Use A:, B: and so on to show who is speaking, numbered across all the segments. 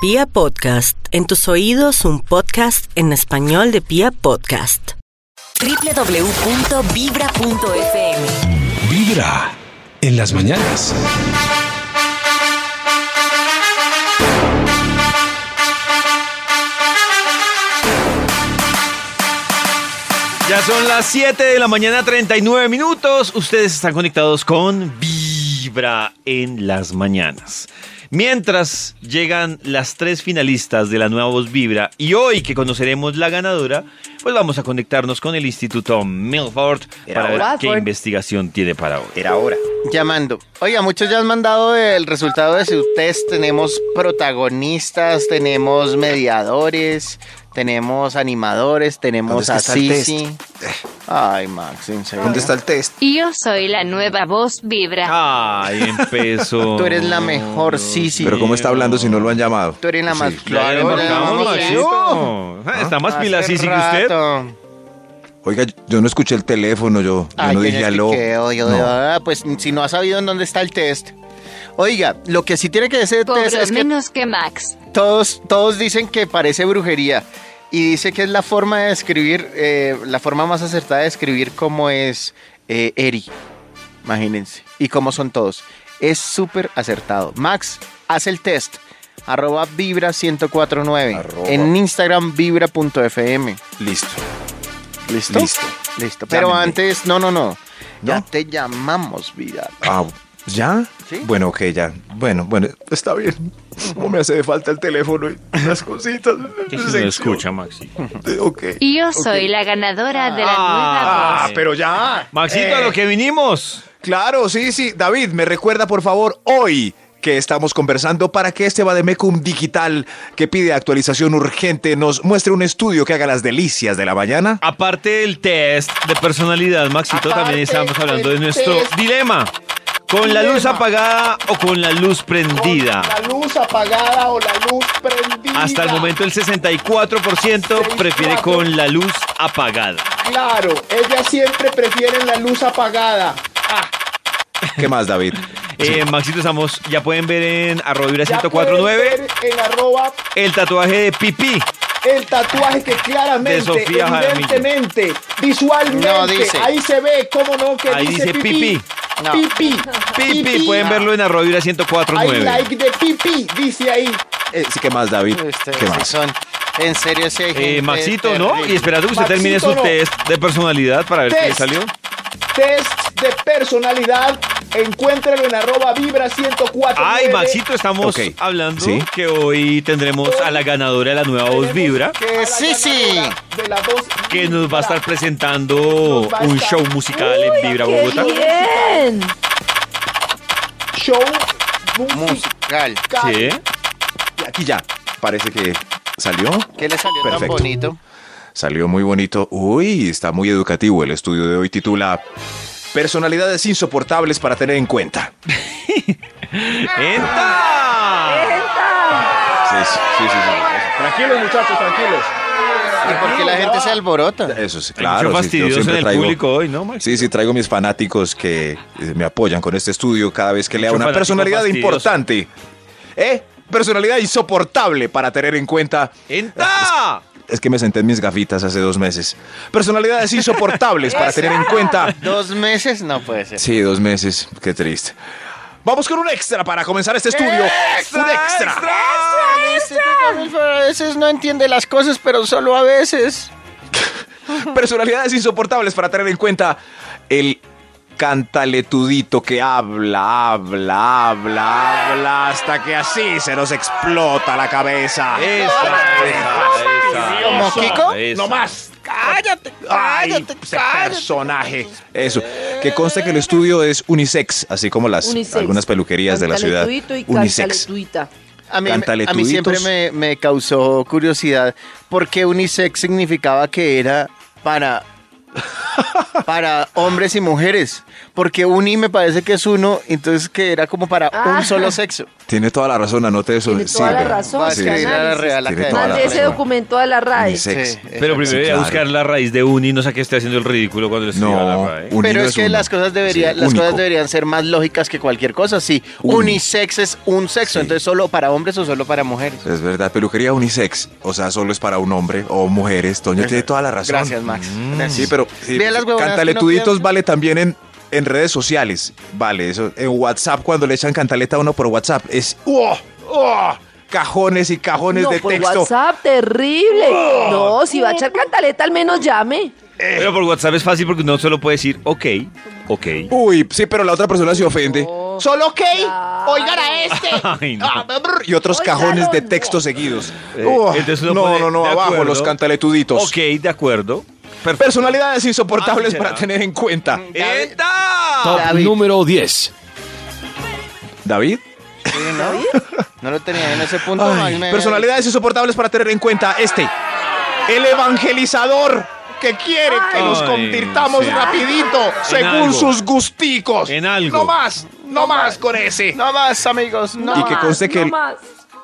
A: Pia Podcast, en tus oídos un podcast en español de Pia Podcast.
B: www.vibra.fm
C: Vibra en las mañanas.
D: Ya son las 7 de la mañana, 39 minutos. Ustedes están conectados con Vibra en las mañanas. Mientras llegan las tres finalistas de la nueva voz Vibra y hoy que conoceremos la ganadora, pues vamos a conectarnos con el Instituto Milford
E: Era
D: para ver
E: Bradford.
D: qué investigación tiene para hoy.
E: Era hora.
F: Llamando. Oiga, muchos ya han mandado el resultado de su test. Tenemos protagonistas, tenemos mediadores, tenemos animadores, tenemos
G: ¿Dónde es que está el
F: así. Ay, Max, en serio.
G: ¿Dónde está el test?
H: Y Yo soy la nueva voz Vibra.
D: Ay, empezó.
F: Tú eres la mejor, Sisi.
G: Pero ¿cómo está hablando si no lo han llamado?
F: Tú eres la más
G: Sí.
D: Ya le
F: Claro,
D: marcamos,
F: la
D: Maxito. Ah, Está más pila
F: Ah, Hace
D: Sisi que usted.
F: rato.
G: Oiga, yo no escuché el teléfono, yo, yo
F: Ay,
G: no
F: yo
G: dije
F: no
G: aló.
F: escuché, oye,
G: No.
F: ah, pues si no ha sabido en dónde está el test. Oiga, lo que sí tiene que decir
H: Cobro
F: test es que
H: menos que Max.
F: todos, todos dicen que parece brujería y dice que es la forma de escribir, eh, la forma más acertada de escribir cómo es eh, Eri. Imagínense. Y cómo son todos. Es súper acertado. Max, haz el test. Arroba vibra 1049.
G: Arroba.
F: En Instagram vibra.fm.
G: Listo.
F: ¿Listo?
G: Listo.
F: Listo. Pero
G: Llámenme.
F: antes, no, no, no. Ya
G: ¿No?
F: te llamamos, vida.
G: Ah, ¿ya?
F: Sí.
G: Bueno, ok, ya. Bueno, bueno, está bien. No me hace de falta el teléfono y las cositas.
D: Que si no escucha, Maxi.
G: Ok.
H: Y Yo soy la ganadora de la nueva
G: Ah,
H: voz.
G: pero ya. Eh,
D: Maxito,
F: Eh.
D: a lo que vinimos.
G: Claro, sí, sí. David, me recuerda, por favor, hoy que estamos conversando para que este Bademecum Digital, que pide actualización urgente, nos muestre un estudio que haga las delicias de la mañana.
D: Aparte del test de personalidad, Maxito,
F: Aparte
D: también estamos hablando de
F: del
D: nuestro
F: test.
D: dilema. ¿Con la luz
F: Dilema.
D: apagada o con la luz prendida?
F: luz apagada o la luz prendida.
D: Hasta el momento el 64% prefiere
F: 64.
D: con la luz apagada.
F: Claro, ellas siempre prefieren la luz apagada.
G: ¿Qué más, David?
D: Eh, Maxito, estamos, ya pueden ver en arroba vibra 1049
F: En arroba
D: el tatuaje de pipí.
F: el tatuaje que
D: De
F: claramente,
D: Sofía Jaramillo.
F: evidentemente, visualmente,
E: No, dice.
F: ahí se ve, cómo no, que
D: Ahí
F: dice,
D: dice
F: pipí.
D: pipí.
E: No.
F: Pipí.
D: Pipí, pueden verlo en arroba vibra
F: Hay
D: 1049.
F: like de pipí, dice ahí.
G: Eh, sí, ¿qué más, David?
F: Este,
G: ¿Qué más?
E: son. En serio, si hay
D: Eh,
E: gente
D: Maxito, ¿no?
E: terrible.
D: Y esperando que usted
F: Maxito,
D: termine su
F: no.
D: test de personalidad para ver si le
F: Test.
D: salió.
F: Test de personalidad, encuéntralo en arroba vibra 104.
D: Ay, Maxito, estamos
G: Ok.
D: hablando
G: Sí.
D: que hoy tendremos a la ganadora de la nueva voz Vibra,
F: Que
E: sí, sí.
F: De la voz
D: que nos va a estar
F: Vibra.
D: presentando
F: Nos va a
D: un
F: estar-
D: show musical en Vibra Bogotá.
F: Show musical.
E: Musical.
D: Sí.
G: Aquí ya. Parece que salió.
E: ¿Qué le salió tan
G: Perfecto.
E: bonito?
G: Salió muy bonito. Uy, está muy educativo. El estudio de hoy titula Personalidades insoportables para tener en cuenta.
D: ¡Enta!
G: Sí, sí, sí, sí,
F: Tranquilos, muchachos, tranquilos.
E: ¿Y por qué la gente se alborota?
G: sí. Eso sí,
D: Hay mucho
G: claro. sí, yo
D: fastidioso en
G: siempre
D: el
G: traigo-
D: público hoy, ¿no, Max?
G: Sí, sí, traigo mis fanáticos que eh, me apoyan con este estudio cada vez que lea
D: Mucho
G: una
D: fanático
G: personalidad
D: fastidioso.
G: importante. ¿Eh? Personalidad insoportable para tener en cuenta.
D: ¡Enta!
G: Es que me senté en mis gafitas hace dos meses. Personalidades insoportables para tener en cuenta.
E: Dos meses no puede ser.
G: Sí, dos meses. Qué triste. Vamos con un extra para comenzar este estudio. un extra.
E: A veces no entiende las cosas, pero solo a veces.
G: Personalidades insoportables para tener en cuenta. El cantaletudito que habla, habla, habla, habla, hasta que así se nos explota la cabeza.
D: Esa, esa, esa,
E: ¿Como
D: esa,
E: Kiko?
D: esa.
G: No más. Cállate,
D: pues,
G: cállate, personaje. Eso. Que conste que el estudio es unisex, así como las
I: Unisex.
G: algunas peluquerías de la ciudad.
I: Cantaletuito y
G: Unisex.
I: cantaletuita.
F: A mí, a mí
G: Cantaletuditos.
F: siempre me, me causó curiosidad por qué unisex significaba que era para para hombres y mujeres. Porque uni me parece que es uno, entonces que era como para
E: Ah.
F: un solo sexo.
G: Tiene toda la razón, anote eso.
B: Tiene toda la razón,
F: Va a
B: sí,
F: escribir a la
B: análisis.
F: Real
G: Tiene
F: Academia.
G: toda la
B: Mande ese
G: razón.
B: documento a la RAE.
F: Sí,
D: Pero primero
G: Sí,
D: voy
G: claro.
D: a buscar la raíz de uni, no sé que esté haciendo el ridículo cuando le escriba
G: No,
D: la raíz.
G: unido
F: Pero es que
G: uno.
F: las cosas deberían,
G: Sí,
F: las
G: único.
F: cosas deberían ser más lógicas que cualquier cosa. Sí,
G: Uno.
F: unisex es un sexo, entonces solo para hombres o solo para mujeres.
G: Es verdad, peluquería unisex, o sea, solo es para un hombre o mujeres. Toño tiene toda la razón. Mm.
F: Gracias, Max. Gracias.
G: Sí, pero sí,
F: Vea las huevonadas que
G: cantaletuditos
F: no quedan.
G: vale también en, en redes sociales. Vale, eso en WhatsApp cuando le echan cantaleta a uno por WhatsApp es ¡oh! ¡oh! cajones y cajones
B: No,
G: de
B: por
G: texto. ¡Ah!
B: WhatsApp, terrible. No, si va a echar cantaleta, al menos llame.
D: Pero por WhatsApp es fácil porque uno solo puede decir, ok, ok.
G: Uy, sí, pero la otra persona se ofende. Solo ok, oigan a este.
D: Ay, no.
G: Ah, brr, Y otros
B: Oigan,
G: cajones de
B: no.
G: texto seguidos.
D: Eh,
G: Oh,
D: entonces
G: no,
D: uno pone,
G: no, no,
D: de
G: abajo
D: acuerdo.
G: los cantaletuditos.
D: Ok, de acuerdo.
G: Personalidades insoportables
D: Ah, sí, Mm, eh.
G: para
D: será.
G: tener en cuenta.
D: ¡Eta!
C: Top
F: David.
C: número 10.
G: David.
F: Sí, ¿no? no lo tenía en ese punto.
G: Ay,
F: Max, me-
G: personalidades insoportables para tener en cuenta este. El evangelizador que quiere que
D: Ay,
G: nos convirtamos
D: sí.
G: rapidito según
D: algo.
G: sus gusticos.
D: En algo.
G: No más, no más con ese.
F: No más, amigos. No.
G: Y que
B: más,
G: conste que
B: no
G: el-
B: más.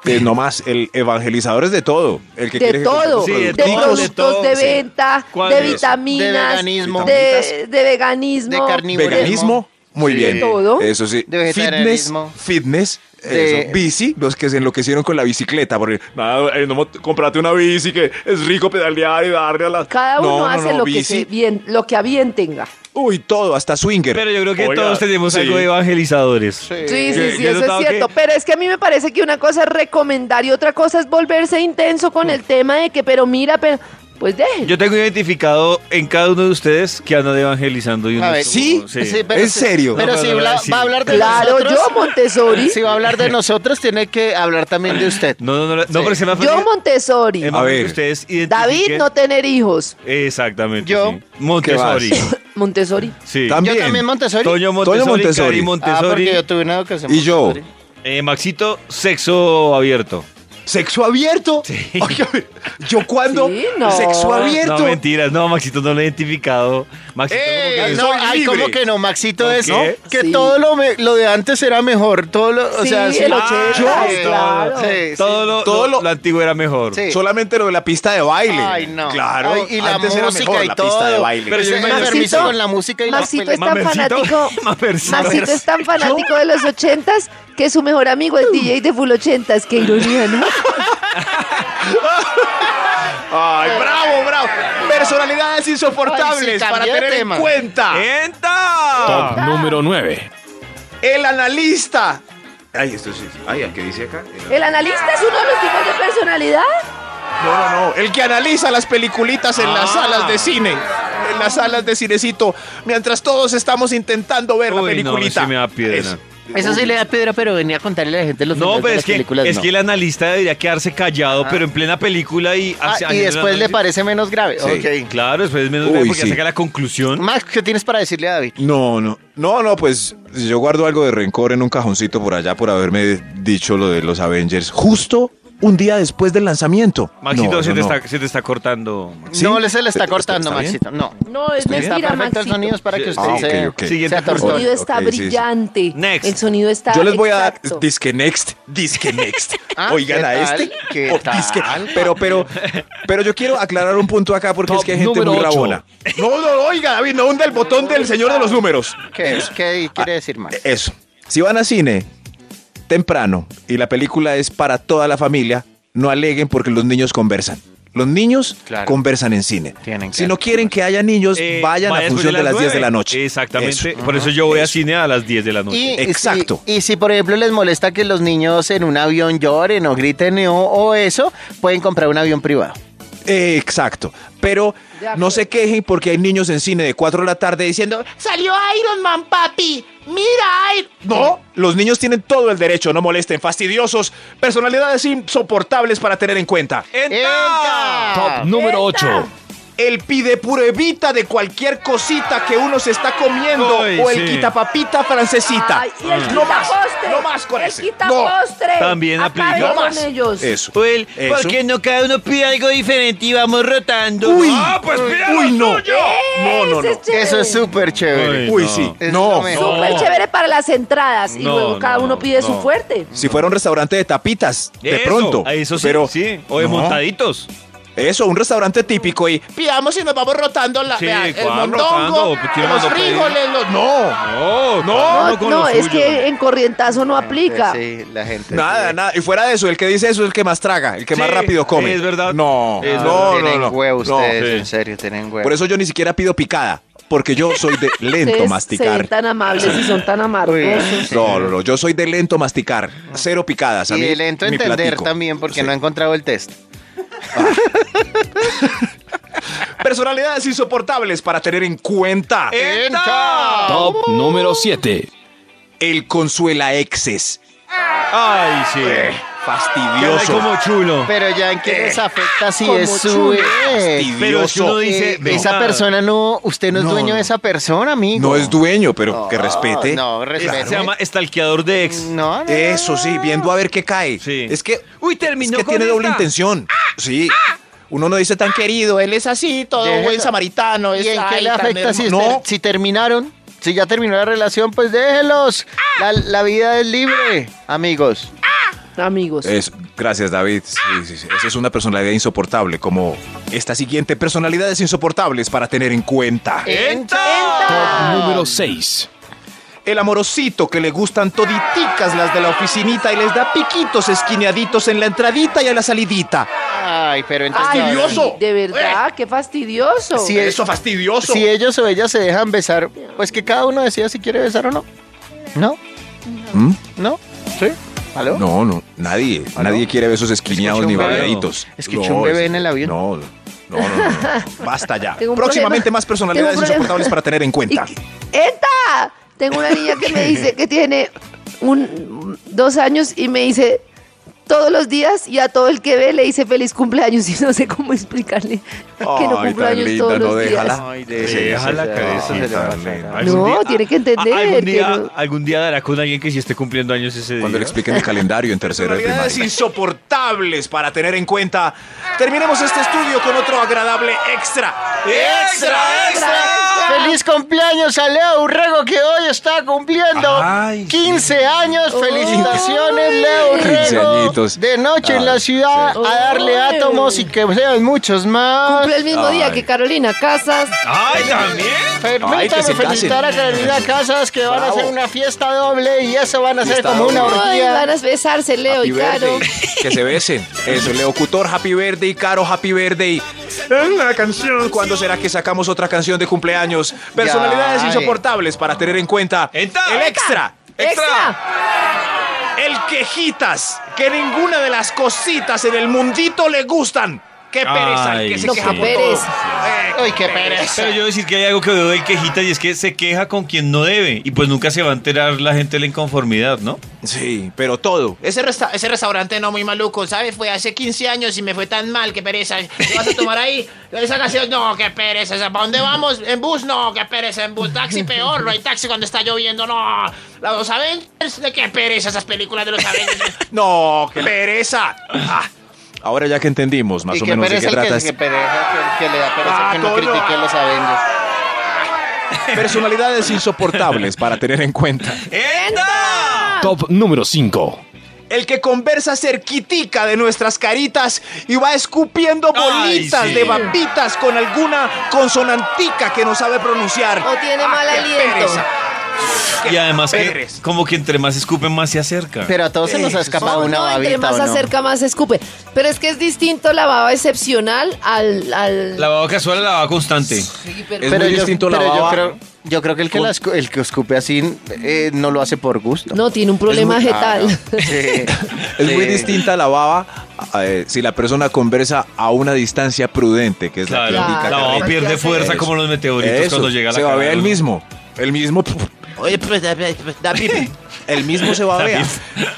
G: Eh, no más, el evangelizador es de todo. El que quiere que
B: De todo,
G: compremos
D: Sí,
B: de,
D: de
G: productos.
D: todo, de
B: productos
D: todo,
B: de
D: sí.
B: venta,
D: ¿Cuál
B: de
D: es?
B: vitaminas,
F: De veganismo.
B: de, de veganismo,
F: De carnívoros.
G: Veganismo, muy
F: Sí.
G: bien.
B: Todo.
G: Eso sí.
F: De
G: fitness,
F: vegetarianismo.
G: fitness.
F: De-
G: eso. bici, los que se enloquecieron con la bicicleta, porque nada, eh, no, mo- comprate una bici que es rico pedalear y darle a la.
B: Cada uno
G: No, no,
B: hace
G: no,
B: lo, que
G: bici.
B: se bien, lo que a bien tenga.
G: Uy, todo, hasta swinger.
D: Pero yo creo que
G: Oiga,
D: todos tenemos
G: sí.
D: algo de evangelizadores.
B: Sí,
D: Yo-
B: sí, sí,
D: yo he
B: eso es
D: notado
B: cierto.
D: que-
B: Pero es que a mí me parece que una cosa es recomendar y otra cosa es volverse intenso con el tema de que, pero mira, pero. Pues dejen.
D: Yo tengo identificado en cada uno de ustedes que andan evangelizando y uno
F: A ver,
D: es
G: ¿sí?
D: como- sí.
F: Sí, pero
G: ¿En
F: sí-
G: serio?
F: Pero
D: No,
F: si
D: no, no,
F: habla-
D: sí.
F: va a hablar de
B: claro,
F: nosotros.
B: yo, Montessori.
F: Si va a hablar de nosotros, tiene que hablar también de usted.
D: No, no, no, no, pero se me ha
B: Yo, Montessori.
D: Es
G: A
D: más
G: ver.
D: que ustedes
B: David,
D: identifiquen-
B: no tener hijos.
D: Exactamente.
F: Yo.
D: sí. Montessori.
G: ¿Qué vas?
B: Montessori.
D: Sí.
G: También.
F: Yo también Montessori.
D: Toño Montessori,
G: Toño Montessori.
D: Cari
F: Ah,
D: Montessori.
F: porque yo tuve una educación.
G: Y yo.
F: Montessori.
D: Eh, Maxito, sexo abierto.
G: ¿Sexo abierto? Oye, yo cuando.
B: Sí, no.
G: Sexo abierto. Eh,
D: No, mentiras. No, Maxito no lo he identificado. Maxito
G: ¡Ey!
D: como que-
F: Eh, No,
G: Soy
F: ay,
G: libre.
F: como que no, Maxito
D: ¿Por
F: es ¿no?
D: qué?
F: que
B: Sí.
F: todo lo, me- lo de antes era mejor, todo lo, o
B: Sí,
F: sea, sí.
B: el
F: Ah,
B: 80,
F: yo-
B: claro.
F: sí, sí.
D: Todo, lo,
G: Todo
D: todo
G: lo-
D: lo, lo antiguo era mejor.
F: Sí.
G: Solamente lo de la pista de baile.
F: Ay, no.
G: Claro.
F: Ay, y la
G: antes era
F: música
G: mejor
F: y
G: la pista de
F: todo.
G: baile.
D: Pero yo
F: Ese
D: me
F: permiso
B: Maxito-
F: con la música y la
B: Maxito
F: pela-
B: es tan
D: Mamercito.
B: fanático.
D: Mamercito.
B: Maxito es tan fanático de los ochentas que su mejor amigo es DJ de Full Ochentas. Qué ironía, ¿no?
G: Ay, bravo, bravo. Personalidades insoportables
F: Ay, sí,
G: para
F: cambié de
G: tener en
F: tema.
G: cuenta.
D: ¿Eh? ¡Enta!
C: Top número 9.
G: El analista. Ay, esto sí. Ay, ¿qué dice acá?
B: El analista es uno de los tipos de personalidad.
G: No, no, no. El que analiza las peliculitas en
D: Ah.
G: las salas de cine. En las salas de cinecito. Mientras todos estamos intentando ver la
D: Uy, no,
G: peliculita.
D: sí me da piedra.
G: Eso.
F: Eso sí le da piedra, pero venía a contarle a la gente los
D: No,
F: finales
D: pero
F: de
D: es
F: las
D: que,
F: películas,
D: es
F: no.
D: que el analista debería quedarse callado, pero en plena película y...
F: Ah,
D: hace-
F: y
D: haciendo el
F: después le
D: análisis.
F: parece menos grave.
G: Sí.
F: Ok.
D: Claro, después es menos grave
G: Uy,
D: porque
G: sí.
D: saca la conclusión.
F: Max, ¿qué tienes para decirle a David?
G: No, no. No, no, pues yo guardo algo de rencor en un cajoncito por allá por haberme dicho lo de los Avengers justo un día después del lanzamiento.
D: Maxito,
G: No,
D: se,
G: no,
D: te
G: no.
D: Está, se te está cortando.
G: ¿Sí?
F: No, le- se le está
G: ¿Está-
F: cortando,
G: está bien?
F: Maxito. No.
B: No,
G: Está
B: es
F: Está
B: mentira,
F: perfecto el
B: Maxito.
F: sonido es para que usted
G: Ah,
F: se,
G: ok, ok.
D: Siguiente
F: se
B: El
F: atortó.
B: sonido está
G: Ok, sí, sí.
B: brillante.
D: Next.
B: El sonido está.
G: Yo les voy a dar
B: exacto.
G: disque next, disque next.
F: Ah,
G: Oigan
F: ¿qué
G: a
F: tal?
G: este.
F: ¿Qué
G: o disque-
F: tal?
G: Pero, pero, pero yo quiero aclarar un punto acá porque
C: Top
G: es que hay gente
C: número
G: muy
C: ocho.
G: rabona. No, no, oiga, David, no hunda el botón del señor de los números.
F: ¿Qué, qué quiere decir Max?
G: Eso. Si van a cine temprano y la película es para toda la familia, no aleguen porque los niños conversan. Los niños
F: Claro.
G: conversan en cine.
F: Tienen que
G: si no quieren que haya niños,
D: Eh,
G: vayan a
D: vaya después
G: función de las 10 de la
D: nueve.
G: noche.
D: Exactamente.
G: Eso.
D: Por eso yo voy a cine a las 10 de la noche.
F: Y,
G: Exacto.
F: Y, si- y si, por ejemplo, les molesta que los niños en un avión lloren o griten o, o eso, pueden comprar un avión privado.
G: Eh, exacto. Pero no se quejen porque hay niños en cine de 4 de la tarde diciendo, salió Iron Man, papi, mira Iron No, los niños tienen todo el derecho, no molesten, fastidiosos, personalidades insoportables para tener en cuenta.
D: ¡Enta!
F: ¡Enca!
C: Top número 8.
G: el pide pruebita de cualquier cosita que uno se está comiendo
D: Uy,
G: o el
D: sí.
G: quitapapita francesita.
B: Ay, y el
G: no más,
B: quitapostre,
G: no más con
B: el
G: ese. No.
B: quitapostre.
D: También
B: Acabe
D: aplica.
B: con
G: No más.
B: ellos.
G: Eso.
D: O el,
G: Eso.
D: ¿por qué no cada uno pide algo diferente y vamos rotando?
G: Uy,
C: ¡Ah, pues pida
G: uy,
C: lo
G: no.
C: suyo!
G: No, no,
B: Ese
G: no.
B: es chévere.
F: Eso es súper chévere.
G: Uy,
D: no.
G: sí.
F: Es lo
G: No.
F: mejor.
B: Súper
D: No.
B: chévere para las entradas. y
D: No,
B: luego cada
D: no,
B: uno pide su
D: no.
B: fuerte.
G: Si fuera un restaurante de tapitas, de
D: Eso,
G: pronto.
D: a Ah, Eso sí,
G: pero
D: sí. O de
G: No.
D: montaditos.
G: Eso, un restaurante típico y pidamos y nos vamos rotando la,
D: Sí,
G: vea, el
D: ¿cuál
G: mondongo,
D: rotando? pues, ¿Quién
G: los
D: mandó pedir?
G: frijoles, los... No,
D: No,
G: cada
B: No, no, es que en corrientazo no aplica.
F: Sí, la gente.
G: nada,
F: sí.
G: nada. Y fuera de eso, el que dice eso es el que más traga, el que
D: Sí,
G: más rápido come.
D: es verdad.
G: No,
D: Es
G: no, no,
F: tienen
G: no.
F: huevo
G: no.
F: ustedes,
D: sí.
F: en serio, tienen huevo.
G: Por eso yo ni siquiera pido picada, porque yo soy de lento
B: Ustedes Se
G: masticar.
B: ven tan amables y son tan
F: Uy.
B: amargosos.
G: No, no, no, yo soy de lento masticar, cero picadas. A
F: y
G: mí,
F: de lento
G: mi
F: entender
G: platico.
F: también porque
G: Sí.
F: no ha encontrado el test.
G: Personalidades insoportables para tener en cuenta.
C: Top número 7.
G: El consuela exes.
D: Ay, sí. Queda
G: Fastidioso.
D: Eh, como chulo.
F: Pero ya en qué les afecta si
B: como
F: es su
B: chulo.
F: ex.
D: Pero es que uno
G: Fastidioso.
D: dice, ah,
F: Eh, esa
D: venga,
F: persona no, usted no es
G: No,
F: dueño
G: no.
F: de esa persona, amigo.
G: No es dueño, pero que
F: No,
G: respete.
F: Ah, No,
D: es-
F: respete.
D: Se llama estalqueador de ex.
F: Ah, No, no,
G: Eso sí, viendo a ver qué cae.
D: Sí.
G: Es que,
D: Uy,
G: es
D: terminó
G: que
D: con
G: tiene doble
D: esta.
G: intención.
F: Ah,
G: Sí. Uno no dice tan querido, él es así, todo
F: Déjelo.
G: buen samaritano.
F: Ah. ¿Y
G: es
F: en qué
G: ay,
F: le
G: tan
F: afecta si,
G: hermoso.
F: usted-
G: No,
F: si terminaron? Si ya terminó la relación, pues déjelos. La, la vida es libre, amigos.
B: Amigos.
G: Es- gracias, David. Sí, sí, sí. Esa es una personalidad insoportable, como esta siguiente personalidades insoportables para tener en cuenta.
F: ¿Eh?
G: Ah.
C: Top número 6.
G: El amorosito que le gustan toditicas las de la oficinita y les da piquitos esquineaditos en la entradita y a la salidita.
F: Ay, pero entonces.
B: Ay,
F: no,
G: fastidioso.
B: sí, De verdad, qué fastidioso.
F: Sí, es-
G: Eso fastidioso.
F: Si ellos o ellas se dejan besar, pues que cada uno decida si quiere besar o no. ¿No?
G: ¿Mm?
F: ¿No? ¿Sí? ¿Aló?
G: No, no, nadie.
F: ¿Ah, no?
G: Nadie quiere besos esquineados
F: Escuché
G: ni
F: un bebé.
G: babeaditos.
F: Escuché un bebé
G: es-
F: en el avión.
G: No, no, no, no, no, no. Basta ya.
B: Tengo un
G: Próximamente
B: problema.
G: más personalidades
B: Tengo un problema.
G: insoportables para tener en cuenta.
B: Y- ¡Eta! Tengo una niña que me dice que tiene un, dos años y me dice todos los días y a todo el que ve le dice feliz cumpleaños y no sé cómo explicarle que no
G: Ay, tan
B: cumpleaños
G: linda,
B: todos
G: no,
B: los
G: déjala.
B: días.
F: Ay,
D: Sí, déjala,
F: eso se le va
D: carecita,
F: a pasar.
D: nena.
G: No,
D: Algún día-
B: tiene que
D: a- a-
B: entender
D: Algún
B: que
D: día,
B: no-
D: algún día dará con alguien que sí esté cumpliendo años ese día.
G: Cuando le expliquen el calendario en tercero de
I: Personalidades
G: primaria. insoportables para tener en cuenta. Terminemos este estudio con otro agradable extra. ¡Extra,
F: ¡Feliz cumpleaños a Leo Urrego que hoy está cumpliendo
G: Ay,
F: 15 años! ¡Felicitaciones, Leo Urrego!
G: Quinceañitos.
F: De noche en la
G: Ay,
F: ciudad
B: sí.
F: a darle
B: Ay.
F: átomos y que sean muchos más.
B: Cumple el mismo día que Carolina Casas.
D: ¡Ay, también!
G: Ay, que
F: Permítame
G: se
F: felicitar a
G: casen.
F: Carolina Casas que van a hacer una fiesta doble y eso van a ser
G: Fiesta
F: como una
G: doble.
B: Ay,
F: orgía.
B: van a besarse Leo y Caro.
G: Que se besen. Eso, Leocutor, Happy Verde y Caro, Happy Verde y. Una canción. ¿Cuándo será que sacamos otra canción de cumpleaños? Personalidades
F: Ya, eh.
G: insoportables para tener en cuenta.
D: Enta.
G: El extra.
B: ¡Extra!
G: El quejitas, que ninguna de las cositas en el mundito le gustan. Qué pereza, el
D: Ay,
G: que se
B: No,
G: queja
B: qué
G: por
B: pereza.
G: todo. Eh,
F: Ay, qué pereza.
D: Pero yo decir que hay algo que veo del quejita y es que se queja con quien no debe. Y pues nunca se va a enterar la gente de la inconformidad, ¿no?
G: Sí, pero todo.
I: Ese, resta- ese restaurante no muy maluco, ¿sabes? Fue hace 15 años y me fue tan mal, qué pereza. ¿Qué vas a tomar ahí? Esa canción, no, qué pereza. ¿Para dónde vamos? ¿En bus? No, qué pereza. ¿En bus? Taxi peor, no hay taxi cuando está lloviendo, no. La- Los Avengers, de qué pereza esas películas de los Avengers.
G: No, qué pereza. Ah, ahora ya que entendimos más
F: Y
G: o
F: que
G: menos de qué
F: pereza el
G: trata
F: que, que
G: esto.
F: pereza, que, que le da pereza
G: Ah,
F: que no
G: todo lo-
F: critique los Avengers.
G: Personalidades insoportables para tener en cuenta.
C: Top número 5.
G: El que conversa cerquitica de nuestras caritas y va escupiendo
D: Ay,
G: bolitas
D: sí.
G: de papitas con alguna consonantica que no sabe pronunciar.
B: O tiene mal
G: Ah, qué
B: aliento.
G: pereza.
D: Y además que
G: pereza.
D: como que entre más escupen más se acerca.
F: Pero a todos se nos ha escapado
B: No,
F: una
B: Oh, no,
F: babita,
B: entre más
F: ¿o
B: se
F: no?
B: acerca, más se escupe. Pero es que es distinto la baba excepcional al. al
D: Lavado casual, lavado constante.
B: Sí, pero-
G: Es muy distinto la
F: pero yo
G: baba.
F: creo, yo creo que el que, la escu- el que escupe así eh, no lo hace por gusto.
B: No, tiene un problema
F: muy-
B: jetal.
F: Ah, no. Sí.
G: Es muy
F: Sí.
G: distinta la baba eh, si la persona conversa a una distancia prudente, que es
D: Claro,
G: la crítica.
B: Claro.
D: la baba pierde fuerza
G: Eso.
D: como los meteoritos cuando llega a la
G: Se va a
D: cara
G: ver
D: de
G: el
D: uno.
G: mismo. El mismo.
I: Oye, pues, David, David,
G: El mismo se babea.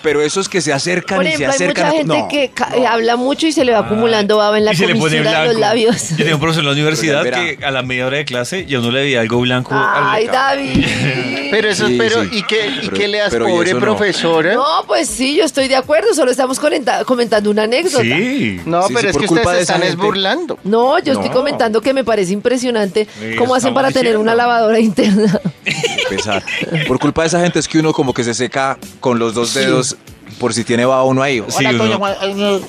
G: pero esos que se acercan
B: Por
G: y se
B: ejemplo, hay
G: acercan.
B: mucha
G: a-
B: gente
G: no.
B: que ca- eh, habla mucho y se le va acumulando baba en la
D: Ah, y se le pone
B: comisura de
D: blanco.
B: los labios.
D: Yo tenía un profesor en la universidad
G: Pero ya verá.
D: que a la media hora de clase yo no le veía algo blanco. al- ¿Eh?
B: Ay, David.
F: Pero eso,
G: Sí,
F: pero,
G: sí.
F: ¿y qué, y
G: Pero-
F: qué le das,
G: pero y
F: pobre
G: eso no.
F: profesora? No,
B: No, pues sí, yo estoy de acuerdo, solo estamos comenta- comentando una anécdota.
D: Sí.
G: Sí, sí,
F: pero es
G: por
F: que
G: culpa
F: ustedes se
G: de esa
F: están
G: gente.
F: esburlando.
B: No, yo estoy
G: No.
B: comentando que me parece impresionante
D: Sí,
B: cómo hacen
D: estamos
B: para tener
D: diciendo.
B: una lavadora interna.
G: Pesar. Por culpa de esa gente es que uno como que se seca con los dos dedos por si tiene baba uno ahí.
D: Sí, uno-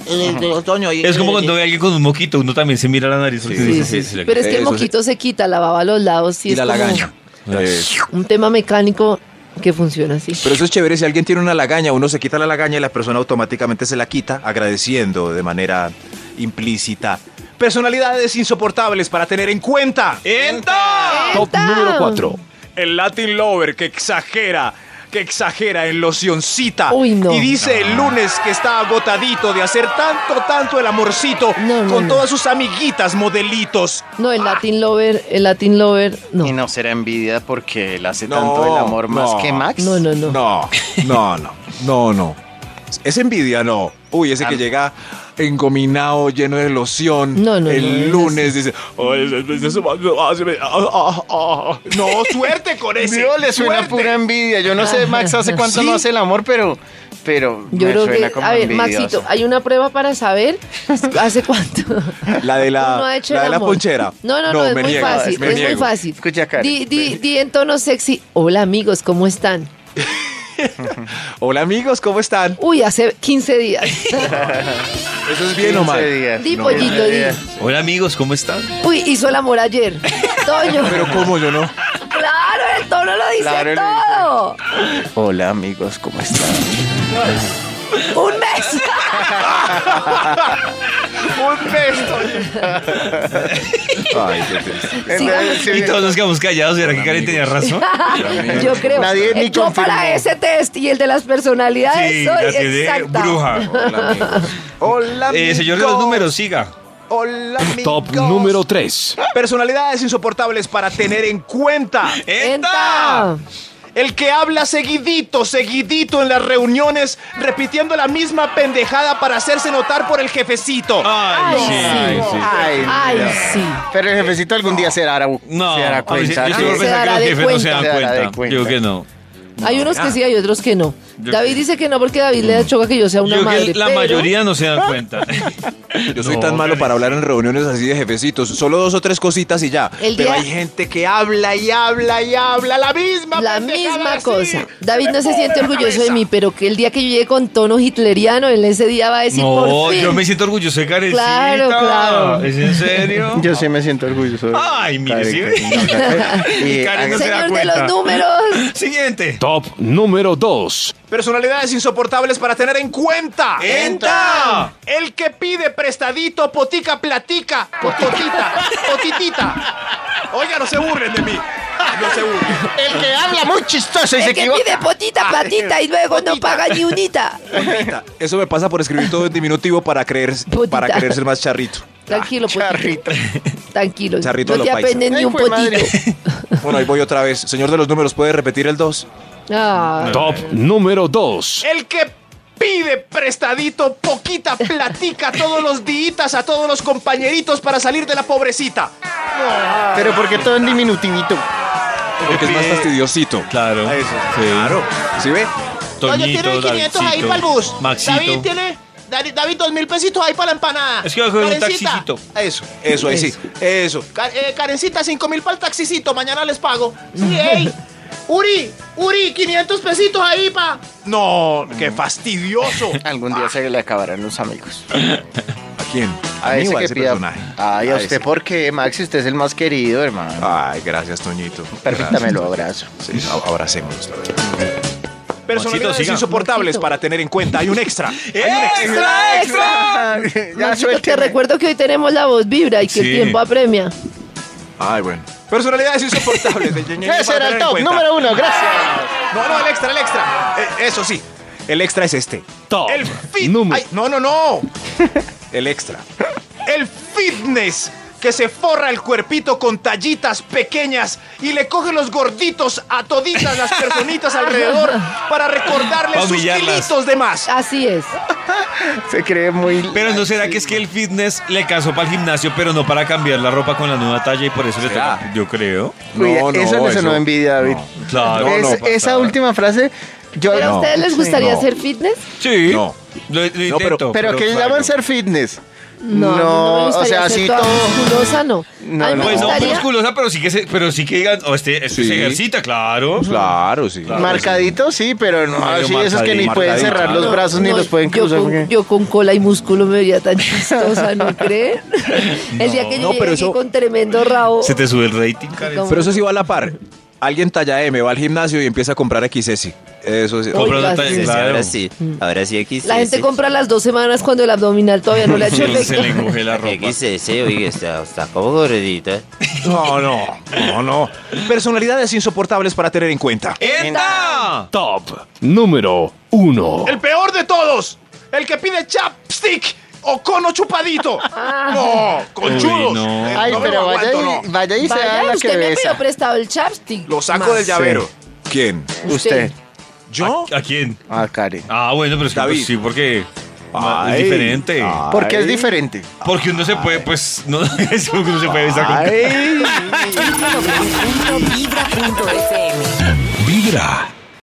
D: Es como cuando ve a alguien con un moquito, uno también se mira la nariz. porque dice, sí, sí, sí,
B: Pero es que el
G: Eso sí.
B: moquito se quita, la baba a los lados y,
G: y
B: es
G: la
B: como
G: lagaña. Eh,
B: un tema mecánico que funciona así.
G: Pero eso es chévere, si alguien tiene una lagaña, uno se quita la lagaña y la persona automáticamente se la quita, agradeciendo de manera implícita. Personalidades insoportables para tener en cuenta.
D: ¡Enta!
G: Top
B: ¡Enta!
G: número 4. El Latin Lover que exagera, que exagera en locioncita.
B: Uy, no.
G: Y dice el lunes que está agotadito de hacer tanto, tanto el amorcito
B: No, no,
G: con
B: no.
G: todas sus amiguitas modelitos.
B: No, el Latin Lover, el Latin Lover, no.
F: Y no será envidia porque él hace
G: No,
F: tanto el amor
G: no.
F: más que Max.
B: No, no, no.
G: No, no, no, no, no. Es envidia, no. Uy, ese que llega engominado, lleno de loción.
B: No, no, no,
G: El
B: no,
G: lunes dice. "Ay, es- es- es- ah, ah, ah". No, suerte con ese.
F: Dios, le suena
G: suerte.
F: pura envidia. Yo no sé, Max, hace cuánto no hace el amor, pero, pero
B: Yo
F: me
B: creo
F: suena
B: que,
F: como
B: a ver,
F: envidioso.
B: Maxito, hay una prueba para saber hace cuánto.
G: La de la,
B: Uno ha hecho
G: la,
B: el
G: de la
B: amor.
G: ponchera.
B: No, no, no, es
G: me
B: muy
G: niego,
B: fácil,
G: me
B: es muy
G: niego.
B: fácil.
F: Escucha, Karen,
B: Di, di, di en tono sexy, hola amigos, ¿cómo están?
G: Hola amigos, ¿cómo están?
B: Uy, hace 15 días.
G: Eso es bien o
F: 15
G: mal.
F: días.
B: Di, pollito, di.
D: Hola amigos, ¿cómo están?
B: Uy, hizo el amor ayer. Toño.
G: Pero cómo yo no.
B: Claro, el tono lo dice
F: Claro, lo dice.
B: todo.
F: Hola, amigos, ¿cómo están?
B: Un mes.
F: Un beso.
G: Ay, qué triste.
F: Entonces, sí,
D: Y todos nos quedamos callados. ¿Será que Karen tenía razón?
B: Yo creo.
F: Nadie ni
B: Yo para
F: confirmó.
B: ese test y el de las personalidades
D: Sí,
B: soy
D: la tiene
B: exacta.
D: bruja.
G: Hola amigos.
C: Hola,
D: Eh, señor de los números, siga.
G: Hola amigos.
C: Top número 3.
G: Personalidades insoportables para tener en cuenta.
B: Entra.
G: El que habla seguidito, seguidito en las reuniones, repitiendo la misma pendejada para hacerse notar por el jefecito.
D: Ay,
B: Ay, sí.
D: sí.
F: Ay,
B: Ay,
F: mira.
B: sí.
F: Pero el jefecito algún día será
D: No,
F: se dará
D: a ver,
F: cuenta.
D: Yo
F: que-
D: tengo que
B: Se dará
D: pensar que los
B: de
D: jefes no se dan
F: cuenta. Se dará de
D: cuenta.
F: cuenta.
D: Yo que no.
B: Hay unos que sí, hay otros que no.
D: Yo
B: David
D: que-
B: dice que no porque David le da choca que yo sea una
D: Yo
B: madre.
D: que la
B: pero-
D: mayoría no se dan cuenta.
G: Yo soy
D: No,
G: tan malo
D: Karen.
G: para hablar en reuniones así de jefecitos, solo dos o tres cositas y ya.
B: El
G: Pero
B: día-
G: hay gente que habla y habla y habla la misma.
B: La
G: pendejada
B: misma
G: así.
B: cosa. David no se siente orgulloso de
G: cabeza.
B: mí, pero que el día que yo llegue con tono hitleriano, él ese día va a decir
D: No,
B: por fin.
D: yo me siento orgulloso de Karencita.
B: Claro, claro.
D: ¿Es en serio?
F: Yo sí me siento orgulloso. de-
D: Ay, mire,
F: Karen,
D: sí.
F: Karen. Y
D: Y Karen no
F: haga-
D: se da
B: Señor de
D: cuenta.
B: los números.
D: Siguiente.
C: Top número 2.
G: Personalidades insoportables para tener en cuenta.
D: ¡Enta!
G: El que pide prestadito, potica, platica, potita, potitita. Oiga, no se burlen de mí. No se burlen.
F: El que habla muy chistoso y se
B: El que
F: equivoca.
B: pide
D: Ah,
B: potita, platita y luego no paga ni unita.
G: Potita. Eso me pasa por escribir todo en diminutivo para creer,
B: Potita.
G: para querer ser más charrito.
B: Tranquilo, potito.
F: Charrito.
B: Tranquilo.
G: Charrito a
B: no
G: lo
B: te
G: paisa.
B: apenden ni
F: Ay,
B: un
F: fue madre.
B: potito.
G: Bueno, ahí voy otra vez. Señor de los números, ¿puede repetir el 2?
B: Ah,
C: Top número 2.
G: El que pide prestadito, poquita platica todos los días a todos los compañeritos para salir de la pobrecita.
F: Pero porque todo en diminutivito.
G: Porque es más fastidiosito.
D: Claro. Ah,
G: Claro. ¿Sí ve?
I: Oye, tiene 500 ahí para el bus. David
D: Maxito.
I: tiene. David, David 2 mil pesitos ahí para la empanada.
D: Es que voy a coger un
I: Karencita,
D: taxicito.
G: Eso. Eso, ahí sí. Eso.
I: Ca- eh, Karencita, 5 mil para el taxicito. Mañana les pago. Sí, ey. Uri, Uri, 500 pesitos ahí pa.
G: No, qué fastidioso.
F: Algún día se le acabarán los amigos.
G: ¿A quién?
F: A,
G: mí
F: ese
G: o
F: que pida- Ah. Ay, a, usted, porque Max, usted es el más querido, hermano.
G: Ay, gracias, Toñito.
F: Permítamelo, abrazo.
G: Sí, abrazémonos.
D: Maxito, siga.
B: Maxito.
G: tener en cuenta. Hay un extra.
B: ¡Extra, extra! Maxito, te recuerdo que hoy tenemos la voz vibra y que
D: Sí.
B: el tiempo apremia.
G: Ay, bueno. Personalidades insoportables.
F: Ese era el top número uno, gracias.
G: No, no, el extra, el extra. Eh, eso sí. El extra es este.
C: Top
G: El fit.
C: número.
G: Ay, no, no, no. El extra. El fitness
J: que se forra el cuerpito con tallitas pequeñas y le coge los gorditos a toditas las personitas alrededor para recordarles
D: Pa'
J: sus
D: humillarlas.
J: kilitos de más.
B: Así es.
F: Eh, Se cree muy.
D: Pero no será que es que el fitness le casó para el gimnasio, pero no para cambiar la ropa con la nueva talla y por eso le
G: ¿Será?
D: toca. Yo creo.
F: Cuida- eso no sonó envidia, David.
D: Claro.
F: Es-
D: no pasa
F: esa
D: nada.
F: última frase, yo.
B: ¿Pero a
F: No.
B: ustedes les gustaría
G: No.
B: hacer fitness?
D: Sí.
G: No.
D: Lo, lo
G: No, pero-
D: intento,
F: Pero que
D: fallo.
F: llaman ser fitness.
B: a mí me
F: o
B: gustaría
F: sea,
B: ser
F: así
B: toda
F: todo.
B: musculosa, no.
F: No,
B: a mí me
D: Pues no
B: gustaría...
D: musculosa, pero sí que se, pero sí que digan, oh, este, este
G: Sí.
D: se ejercita, claro.
G: Claro, sí.
D: Claro.
F: Marcadito, sí, pero no,
D: Medio
F: sí, esos que ni
D: marcadito,
F: pueden
G: marcadito.
F: cerrar los
B: No,
F: brazos ni
B: no,
F: los pueden
B: yo
F: cruzar.
B: con- Yo
F: porque-
B: con, cola y músculo me vería tan chistosa, ¿no creen? El día que yo
G: No,
B: llegué
G: pero
B: aquí
G: eso-
B: con tremendo
F: Oh.
B: rabo.
D: Se te sube el rating, Karen.
B: como-
G: Pero eso sí va a la par. Alguien talla M va al gimnasio y empieza a comprar XS. Eso sí.
D: Compra una
B: Oiga,
D: talla-
B: sí.
D: claro.
K: Ahora sí, ahora sí XS.
B: La gente compra las dos semanas cuando el abdominal todavía no le ha hecho
D: Se, se
B: efecto.
D: le encoge la ropa.
K: XS, oye, está, está como gordita.
G: No, no, no, no. Personalidades insoportables para tener en cuenta.
D: ¡Enda!
C: Top número 1.
J: El peor de todos, el que pide chapstick o cono chupadito. No, con
D: Uy,
J: chulos.
D: no.
J: Eh,
F: Ay,
J: no me
F: pero
J: lo
F: vaya,
J: aguanto,
F: y,
J: no.
F: vaya y se da
B: Vaya,
F: la
B: usted
F: que
B: me pidió
F: besa.
B: prestado el chapstick.
J: Lo saco
B: Más.
J: del llavero.
G: ¿Quién?
F: Usted.
D: ¿Yo? ¿A, quién?
F: Ah, Karen.
D: Ah, bueno, pero es que
G: David.
D: pues, sí, porque ma-
G: Ay. Ah.
D: es diferente.
G: Ay.
F: Porque es diferente.
D: Porque uno se puede, pues, no, es como que uno se
G: Ah.
D: puede besar con
A: www.vibra.fm
C: Vibra.